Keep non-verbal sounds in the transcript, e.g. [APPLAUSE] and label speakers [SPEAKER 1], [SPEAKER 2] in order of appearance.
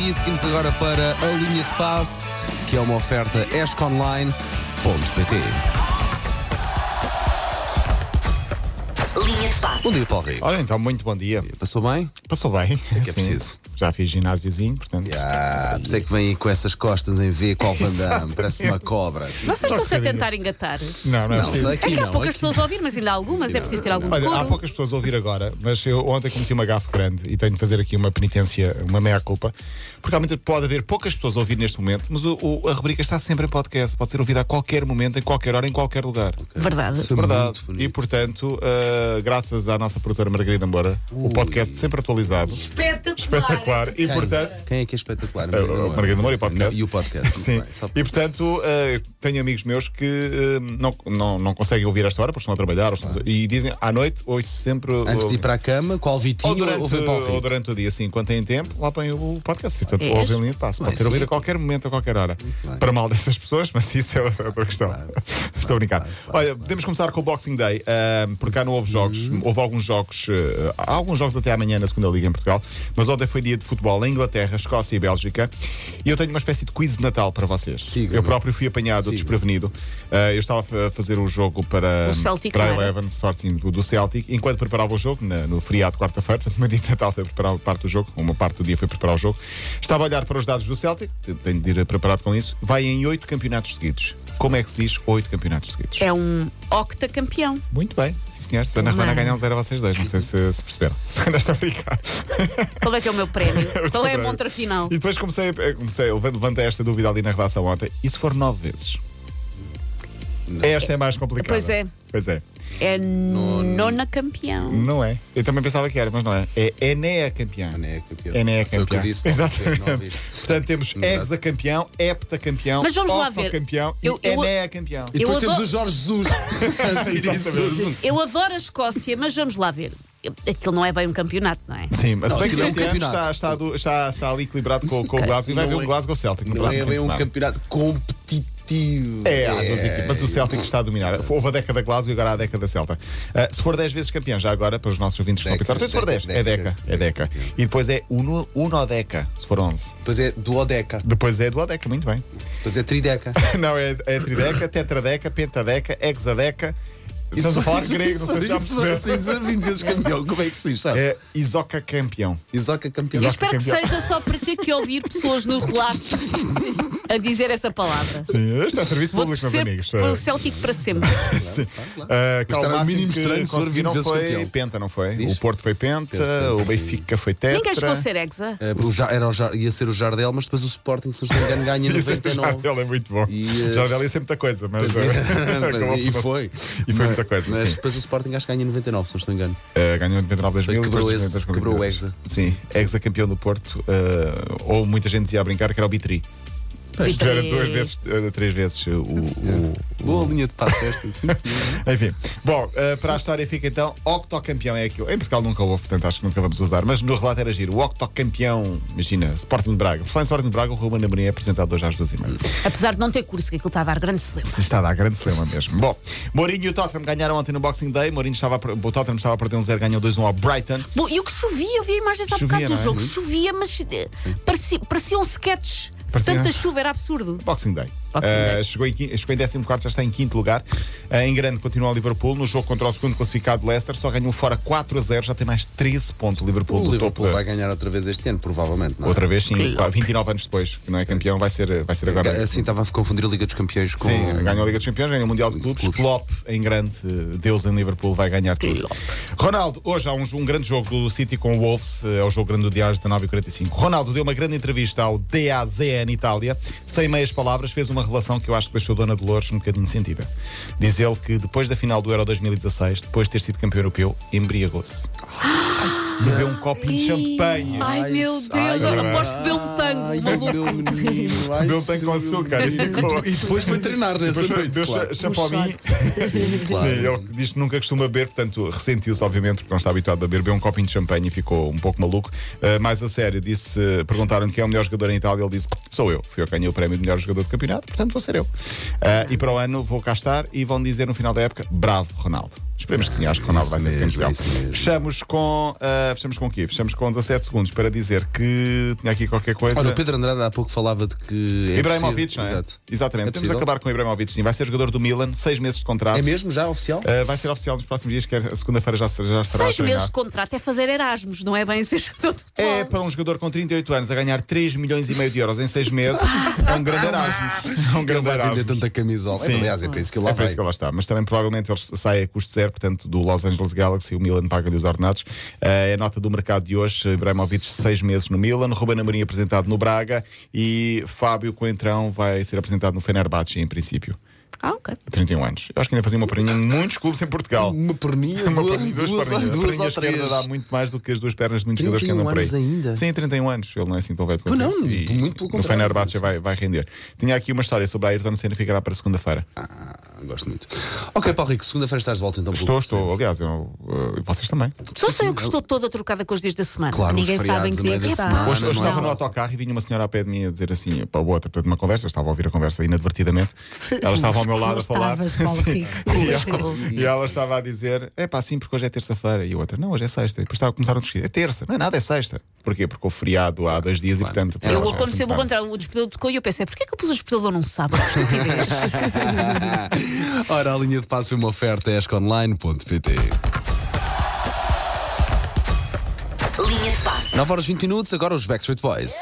[SPEAKER 1] e seguimos agora para a linha de passe, que é uma oferta esconline.pt.
[SPEAKER 2] Linha de passe.
[SPEAKER 1] Bom dia, Paulo Rico.
[SPEAKER 3] Ora então, muito bom dia.
[SPEAKER 1] Passou bem?
[SPEAKER 3] Passou bem. Isso
[SPEAKER 1] que é preciso.
[SPEAKER 3] Já fiz ginásiozinho, portanto.
[SPEAKER 1] Ah, sei que vem aí com essas costas em V, qual Van Damme,
[SPEAKER 3] Exatamente.
[SPEAKER 1] parece uma cobra.
[SPEAKER 4] Vocês
[SPEAKER 3] Só que
[SPEAKER 4] estão-se a
[SPEAKER 3] seria.
[SPEAKER 4] tentar engatar?
[SPEAKER 3] Não, não é
[SPEAKER 1] Não,
[SPEAKER 3] preciso.
[SPEAKER 1] sei que
[SPEAKER 4] Há
[SPEAKER 1] não.
[SPEAKER 4] poucas
[SPEAKER 1] aqui-
[SPEAKER 4] pessoas a ouvir, mas ainda há algumas, é preciso ter algum
[SPEAKER 3] Olha,
[SPEAKER 4] decoro.
[SPEAKER 3] há poucas pessoas a ouvir agora, mas eu ontem cometi uma gafe grande e tenho de fazer aqui uma penitência, uma meia-culpa, porque realmente pode haver poucas pessoas a ouvir neste momento, mas o- o- a rubrica está sempre em podcast, pode ser ouvida a qualquer momento, em qualquer hora, em qualquer lugar.
[SPEAKER 4] Verdade.
[SPEAKER 1] Isso é
[SPEAKER 3] Verdade.
[SPEAKER 1] muito bonito.
[SPEAKER 3] E portanto, uh, graças à nossa produtora Margarida Moura, o podcast sempre atualizado.
[SPEAKER 2] Espetacular.
[SPEAKER 3] Espetacular. E
[SPEAKER 1] Quem?
[SPEAKER 3] portanto.
[SPEAKER 1] Quem é que é espetacular?
[SPEAKER 3] Uh, o Margarida Moura e o podcast.
[SPEAKER 1] Não, E o podcast.
[SPEAKER 3] Sim.
[SPEAKER 1] muito bem, só-
[SPEAKER 3] E portanto, eh, tenho amigos meus que eh, não, não, não conseguem ouvir esta hora porque estão a trabalhar ou estão a- e dizem à noite, hoje sempre.
[SPEAKER 1] Antes de ir
[SPEAKER 3] ou-
[SPEAKER 1] para a cama, qual Vitinho
[SPEAKER 3] ou durante,
[SPEAKER 1] ou vê Paulo
[SPEAKER 3] ou
[SPEAKER 1] Rico?
[SPEAKER 3] durante o dia, assim, quando têm tempo, lá põem o podcast. E, Portanto,
[SPEAKER 4] É.
[SPEAKER 3] ouvem a linha de passo. Pode
[SPEAKER 1] Bem,
[SPEAKER 3] ser ouvido
[SPEAKER 1] sim.
[SPEAKER 3] a qualquer momento, a qualquer hora.
[SPEAKER 1] bem.
[SPEAKER 3] Para mal dessas pessoas, mas isso é outra questão. [LAUGHS] Estou a brincar.
[SPEAKER 1] claro, claro, Uhum.
[SPEAKER 3] Olha, podemos começar com o Boxing Day. ah, por cá não houve jogos. Houve alguns jogos. ah, há alguns jogos até amanhã na segunda Liga em Portugal. Mas ontem foi dia de futebol na Inglaterra, Escócia e Bélgica. E eu tenho uma espécie de quiz de Natal para vocês.
[SPEAKER 1] Siga-me.
[SPEAKER 3] eu próprio fui apanhado
[SPEAKER 1] Siga-me.
[SPEAKER 3] desprevenido. Ah, eu estava a fazer o jogo para,
[SPEAKER 4] O Celtic,
[SPEAKER 3] para a
[SPEAKER 4] não era?
[SPEAKER 3] Eleven Sporting do, do Celtic. Enquanto preparava o jogo, na- no feriado de quarta-feira, [LAUGHS] portanto, o meu dia de Natal foi preparar parte do jogo, uma parte do dia foi preparar o jogo. Estava a olhar para os dados do Celtic, tenho de ir preparado com isso. Vai em oito campeonatos seguidos. Como é que se diz oito campeonatos seguidos?
[SPEAKER 4] É um octacampeão.
[SPEAKER 3] Muito bem, sim senhor. Sana
[SPEAKER 4] Uma-
[SPEAKER 3] Romana ganha um zero a vocês dois, não sei se, se perceberam. [LAUGHS] Não estou a brincar.
[SPEAKER 4] Qual é que é o
[SPEAKER 3] [LAUGHS]
[SPEAKER 4] meu prémio? Qual é a
[SPEAKER 3] Parabéns.
[SPEAKER 4] montra final?
[SPEAKER 3] E depois comecei, eh, comecei levant- levantei esta dúvida ali na redação ontem. E se for nove vezes? Esta é mais complicada.
[SPEAKER 4] Pois é.
[SPEAKER 3] Pois é.
[SPEAKER 4] É nona campeão.
[SPEAKER 3] Não é. Eu também pensava que era, mas não é. É Enea campeão.
[SPEAKER 1] Enéa campeão. Foi o é
[SPEAKER 3] Enea
[SPEAKER 1] que eu
[SPEAKER 3] campeão.
[SPEAKER 1] disse, Paulo, não
[SPEAKER 3] é Exatamente.
[SPEAKER 1] ouviste.
[SPEAKER 3] Portanto, temos
[SPEAKER 1] Exato.
[SPEAKER 3] hexacampeão, heptacampeão,
[SPEAKER 4] Mas vamos lá ver.
[SPEAKER 3] octocampeão
[SPEAKER 4] Eu-
[SPEAKER 3] e
[SPEAKER 4] eu-
[SPEAKER 3] Eneacampeão.
[SPEAKER 1] E depois
[SPEAKER 4] Eu
[SPEAKER 1] temos
[SPEAKER 4] adoro-
[SPEAKER 1] o Jorge
[SPEAKER 3] [LAUGHS]
[SPEAKER 1] Jesus.
[SPEAKER 3] Exatamente.
[SPEAKER 4] Eu adoro a Escócia, mas vamos lá ver. Aquilo não é bem um campeonato, não é?
[SPEAKER 3] Sim, mas
[SPEAKER 1] Não,
[SPEAKER 3] se bem
[SPEAKER 1] aquilo
[SPEAKER 3] que
[SPEAKER 1] é um
[SPEAKER 3] este ano
[SPEAKER 1] campeonato.
[SPEAKER 3] está, está, do- está- está ali equilibrado com, com o Glasgow e vai
[SPEAKER 1] Não
[SPEAKER 3] ver
[SPEAKER 1] é-
[SPEAKER 3] o Glasgow Celtic no
[SPEAKER 1] Não é
[SPEAKER 3] próximo fim
[SPEAKER 1] bem
[SPEAKER 3] de
[SPEAKER 1] um
[SPEAKER 3] semana.
[SPEAKER 1] campeonato competitivo.
[SPEAKER 3] É, há duas equipas, mas o Celtic está a dominar. Houve a década Glasgow e agora há a década Celta. Ah, se for 10 vezes campeão, já agora, para os nossos ouvintes que estão a
[SPEAKER 1] Década,
[SPEAKER 3] pensar, então, se for 10, é
[SPEAKER 1] década,
[SPEAKER 3] Deca, é Deca. E depois é uno- Unodeca, se for 11.
[SPEAKER 1] Depois é duodeca,
[SPEAKER 3] Depois é Duodeca, muito bem.
[SPEAKER 1] depois é trideca.
[SPEAKER 3] [LAUGHS] Não, é, é trideca, tetradeca, pentadeca, hexadeca. Estamos a falar de grego, não sei se já
[SPEAKER 1] Isso foi
[SPEAKER 3] percebeu.
[SPEAKER 1] assim dizer 20 vezes campeão, como é que se diz, sabe?
[SPEAKER 3] É isoca campeão.
[SPEAKER 1] Isoca campeão.
[SPEAKER 4] Eu
[SPEAKER 3] Isoca.
[SPEAKER 4] espero que
[SPEAKER 3] campeão.
[SPEAKER 4] seja só para ter que ouvir pessoas
[SPEAKER 3] [LAUGHS]
[SPEAKER 4] no relato a dizer essa palavra.
[SPEAKER 3] Sim, este é serviço
[SPEAKER 4] Vou
[SPEAKER 3] público, meus
[SPEAKER 4] torcer
[SPEAKER 3] amigos.
[SPEAKER 4] pelo Celtic
[SPEAKER 3] [LAUGHS]
[SPEAKER 4] para sempre.
[SPEAKER 3] Sim.
[SPEAKER 1] claro. Mas
[SPEAKER 3] Ah, cá o
[SPEAKER 1] era o
[SPEAKER 3] máximo
[SPEAKER 1] mínimo
[SPEAKER 3] que
[SPEAKER 1] estranho se for
[SPEAKER 3] conseguiram
[SPEAKER 1] 20 vezes
[SPEAKER 3] foi
[SPEAKER 1] campeão.
[SPEAKER 3] penta, não foi?
[SPEAKER 1] Diz.
[SPEAKER 3] O Porto foi penta,
[SPEAKER 1] Penta,
[SPEAKER 3] o
[SPEAKER 1] sim.
[SPEAKER 3] Benfica foi tetra.
[SPEAKER 4] Ninguém chegou a
[SPEAKER 3] [LAUGHS]
[SPEAKER 4] ser exa.
[SPEAKER 1] É, o Ja- era o Ja- ia ser o Jardel, mas depois o Sporting, se não me engano,
[SPEAKER 3] [LAUGHS]
[SPEAKER 1] ganha em
[SPEAKER 3] Isso é que o
[SPEAKER 1] 99.
[SPEAKER 3] Jardel é muito bom.
[SPEAKER 1] E,
[SPEAKER 3] O
[SPEAKER 1] eh,
[SPEAKER 3] Jardel ia ser muita coisa, mas.
[SPEAKER 1] Pois é,
[SPEAKER 3] eh, [LAUGHS] acabou
[SPEAKER 1] [LAUGHS] mas e
[SPEAKER 3] por-
[SPEAKER 1] foi.
[SPEAKER 3] E foi muita coisa.
[SPEAKER 1] Mas
[SPEAKER 3] sim.
[SPEAKER 1] depois o Sporting acho que ganha em 99, se não me engano.
[SPEAKER 3] Eh, ganhou em 99 2000
[SPEAKER 1] Foi, quebrou
[SPEAKER 3] depois
[SPEAKER 1] esse,
[SPEAKER 3] 2000,
[SPEAKER 1] quebrou o Hexa.
[SPEAKER 3] Sim, Hexa campeão do Porto. eh, ou muita gente dizia a brincar que era o Bitri.
[SPEAKER 4] Pois.
[SPEAKER 3] Era duas
[SPEAKER 4] Bitri.
[SPEAKER 3] vezes, eh, três vezes eh, o. o-
[SPEAKER 1] Boa linha de passe esta, sim, senhor.
[SPEAKER 3] Enfim, bom, eh, para a história fica então octocampeão é aquilo. Em Portugal nunca houve, portanto acho que nunca vamos usar, mas no relato era giro. O octocampeão, imagina, Sporting de Braga. Falar em Sporting de Braga, o Ruben Amorim é apresentado hoje às duas e meia.
[SPEAKER 4] Apesar de não ter curso, que aquilo está a dar grande celebra.
[SPEAKER 3] Se está a dar grande celema mesmo. Bom, Mourinho e o Tottenham ganharam ontem no Boxing Day. Mourinho estava, a per- o Tottenham estava a perder um 0, ganhou 2-1 ao Brighton.
[SPEAKER 4] Bom, e o que chovia, eu vi imagens há
[SPEAKER 3] Chovia,
[SPEAKER 4] bocado do
[SPEAKER 3] não é?
[SPEAKER 4] jogo. Chovia, mas eh, parecia, pareciam sketches.
[SPEAKER 3] Parecia.
[SPEAKER 4] Tanta chuva, era absurdo.
[SPEAKER 3] Boxing Day.
[SPEAKER 4] Boxing
[SPEAKER 3] Eh,
[SPEAKER 4] Day.
[SPEAKER 3] chegou, em, quin- chegou em 14, já está em quinto lugar. Eh, em grande continua o Liverpool. No jogo contra o segundo classificado Leicester, só ganhou fora 4 a 0, já tem mais 13 pontos. O Liverpool
[SPEAKER 1] O
[SPEAKER 3] do
[SPEAKER 1] Liverpool
[SPEAKER 3] topo.
[SPEAKER 1] vai ganhar outra vez este ano, provavelmente. Não é?
[SPEAKER 3] Outra vez, sim,
[SPEAKER 4] Claro.
[SPEAKER 3] pá, 29 anos depois, que não é campeão, vai ser, vai ser agora. é.
[SPEAKER 1] Assim estava a confundir a Liga dos Campeões com.
[SPEAKER 3] Sim, é. ganhou a Liga dos Campeões, ganhou o Mundial de Clubes.
[SPEAKER 1] Clubes.
[SPEAKER 3] Klopp em grande, eh, Deus em Liverpool vai ganhar tudo. Ronaldo, hoje há um, um grande jogo do City com o Wolves, eh, é o jogo grande do Diário 19h45. Ronaldo deu uma grande entrevista ao DAZN Itália, sem meias palavras, fez uma relação que eu acho que deixou Dona Dolores um bocadinho sentida. Diz ele que depois da final do Euro 2016, depois de ter sido campeão europeu, embriagou-se.
[SPEAKER 1] Ah!
[SPEAKER 3] Bebeu um copinho de champanhe.
[SPEAKER 4] Ai,
[SPEAKER 1] Ai,
[SPEAKER 4] meu Deus,
[SPEAKER 1] ai,
[SPEAKER 4] eu
[SPEAKER 3] ai,
[SPEAKER 4] aposto que bebeu um tango,
[SPEAKER 1] Ai,
[SPEAKER 4] maluco.
[SPEAKER 1] meu menino, ai,
[SPEAKER 3] Bebeu um tanque com
[SPEAKER 1] seu
[SPEAKER 3] açúcar e
[SPEAKER 1] menino.
[SPEAKER 3] ficou-
[SPEAKER 1] E depois foi treinar nessa
[SPEAKER 3] Depois
[SPEAKER 1] noite.
[SPEAKER 3] deu
[SPEAKER 1] é claro.
[SPEAKER 3] cha- champominho.
[SPEAKER 1] claro.
[SPEAKER 3] Sim, ele diz que nunca costuma beber, portanto ressentiu-se, obviamente, porque não está habituado a beber. Bebeu um copinho de champanhe e ficou um pouco maluco. Uh, mais a sério, disse, uh, perguntaram quem é o melhor jogador em Itália. Ele disse: Sou eu. Fui eu que ganhei o prémio de melhor jogador do Ah, campeonato, portanto vou ser eu. Uh, e para o ano vou cá estar e vão dizer no final da época: Bravo, Ronaldo. Esperemos que sim, acho que o Ronaldo vai
[SPEAKER 1] Isso
[SPEAKER 3] ser
[SPEAKER 1] mesmo,
[SPEAKER 3] campeão.
[SPEAKER 1] isso mesmo.
[SPEAKER 3] Fechamos com, ah, fechamos com o quê? Fechamos com 17 segundos para dizer que tinha aqui qualquer coisa.
[SPEAKER 1] Olha, o Pedro Andrade há pouco falava de que. É
[SPEAKER 3] Ibrahimovic,
[SPEAKER 1] possível-
[SPEAKER 3] não é?
[SPEAKER 1] Exato.
[SPEAKER 3] Exatamente.
[SPEAKER 1] É
[SPEAKER 3] Temos de
[SPEAKER 1] possível?
[SPEAKER 3] acabar com o Ibrahimovic, sim. Vai ser jogador do Milan, seis meses de contrato.
[SPEAKER 1] É mesmo? Já oficial?
[SPEAKER 3] Ah, vai ser oficial nos próximos dias, que a segunda-feira já, já estará
[SPEAKER 4] Seis
[SPEAKER 3] a treinar.
[SPEAKER 4] meses de contrato é fazer Erasmus, não é bem ser jogador de futebol.
[SPEAKER 3] É para um jogador com 38 anos a ganhar 3 milhões e meio de euros em 6 meses. É um
[SPEAKER 4] [LAUGHS] Ah,
[SPEAKER 3] grande Erasmus. É um
[SPEAKER 1] Ele
[SPEAKER 3] grande
[SPEAKER 1] vai vender
[SPEAKER 3] Erasmus.
[SPEAKER 1] tanta camisola.
[SPEAKER 3] Sim.
[SPEAKER 1] Aliás, é para isso que ele lá
[SPEAKER 3] É para
[SPEAKER 1] vai.
[SPEAKER 3] isso que ela está, mas também provavelmente ele sai a custo zero, portanto, do Los Angeles Galaxy, o Milan paga-lhe os ordenados. Eh, é a nota do mercado de hoje: Ibrahimovic, seis meses no Milan, Ruben Amorim apresentado no Braga e Fábio Coentrão vai ser apresentado no Fenerbahçe, em princípio,
[SPEAKER 4] Ah, ok.
[SPEAKER 3] 31 anos. Eu acho que ainda fazia uma perninha em muitos clubes em Portugal.
[SPEAKER 1] Uma perninha,
[SPEAKER 3] Uma
[SPEAKER 1] duas,
[SPEAKER 3] perninha,
[SPEAKER 1] duas,
[SPEAKER 3] perninhas. A
[SPEAKER 1] duas
[SPEAKER 3] perninha
[SPEAKER 1] ou
[SPEAKER 3] esquerda
[SPEAKER 1] três.
[SPEAKER 3] dá muito mais do que as duas pernas de muitos jogadores que andam por aí.
[SPEAKER 1] 31 anos ainda?
[SPEAKER 3] Sim, 31 anos. Ele não é assim tão velho quanto
[SPEAKER 1] Pois não,
[SPEAKER 3] isso.
[SPEAKER 1] muito pelo
[SPEAKER 3] No
[SPEAKER 1] contrário.
[SPEAKER 3] Fenerbahçe vai, vai render. Tinha aqui uma história sobre a Ayrton Senna ficará para segunda-feira.
[SPEAKER 1] Ah, gosto muito. Ok, Paulo Rico, segunda-feira estás de volta então.
[SPEAKER 3] estou, estou. Aliás, eu, uh, vocês também.
[SPEAKER 4] Só sei eu que estou toda trocada com os dias da semana.
[SPEAKER 1] Claro,
[SPEAKER 2] Ninguém
[SPEAKER 1] os
[SPEAKER 2] sabe
[SPEAKER 1] feriados
[SPEAKER 2] em que
[SPEAKER 1] a meio
[SPEAKER 2] dia que
[SPEAKER 1] da
[SPEAKER 2] está.
[SPEAKER 1] semana,
[SPEAKER 2] Ah,
[SPEAKER 3] Hoje,
[SPEAKER 1] não
[SPEAKER 3] hoje
[SPEAKER 1] é?
[SPEAKER 3] estava no autocarro e vinha uma senhora à pé de mim a dizer assim, para outra, portanto, uma conversa. Eu estava a ouvir a conversa inadvertidamente. Ela estava ao meu lado
[SPEAKER 2] Não
[SPEAKER 3] a falar. [LAUGHS]
[SPEAKER 2] estavas, Paulo
[SPEAKER 3] Sim.
[SPEAKER 2] Rico.
[SPEAKER 3] e, ela, e ela estava a dizer: é pá, sim, porque hoje é terça-feira. E a outra: não, hoje é sexta. E depois estava a começar a discutir: é terça, não é nada, é sexta. Porquê? Porque houve feriado há dois dias e, portanto. para
[SPEAKER 4] Eu
[SPEAKER 3] elas já é
[SPEAKER 4] aconteceu
[SPEAKER 3] fim de
[SPEAKER 4] o
[SPEAKER 3] semana.
[SPEAKER 4] contrário, o despedidor tocou e eu pensei, porquê que eu pus o despedidor
[SPEAKER 1] [LAUGHS]
[SPEAKER 4] num sábado? é Que estupidez.
[SPEAKER 1] Ora, a linha de passo foi uma oferta esconline.pt.
[SPEAKER 5] Linha de passe.
[SPEAKER 1] 9 horas 20 minutos, agora os Backstreet Boys.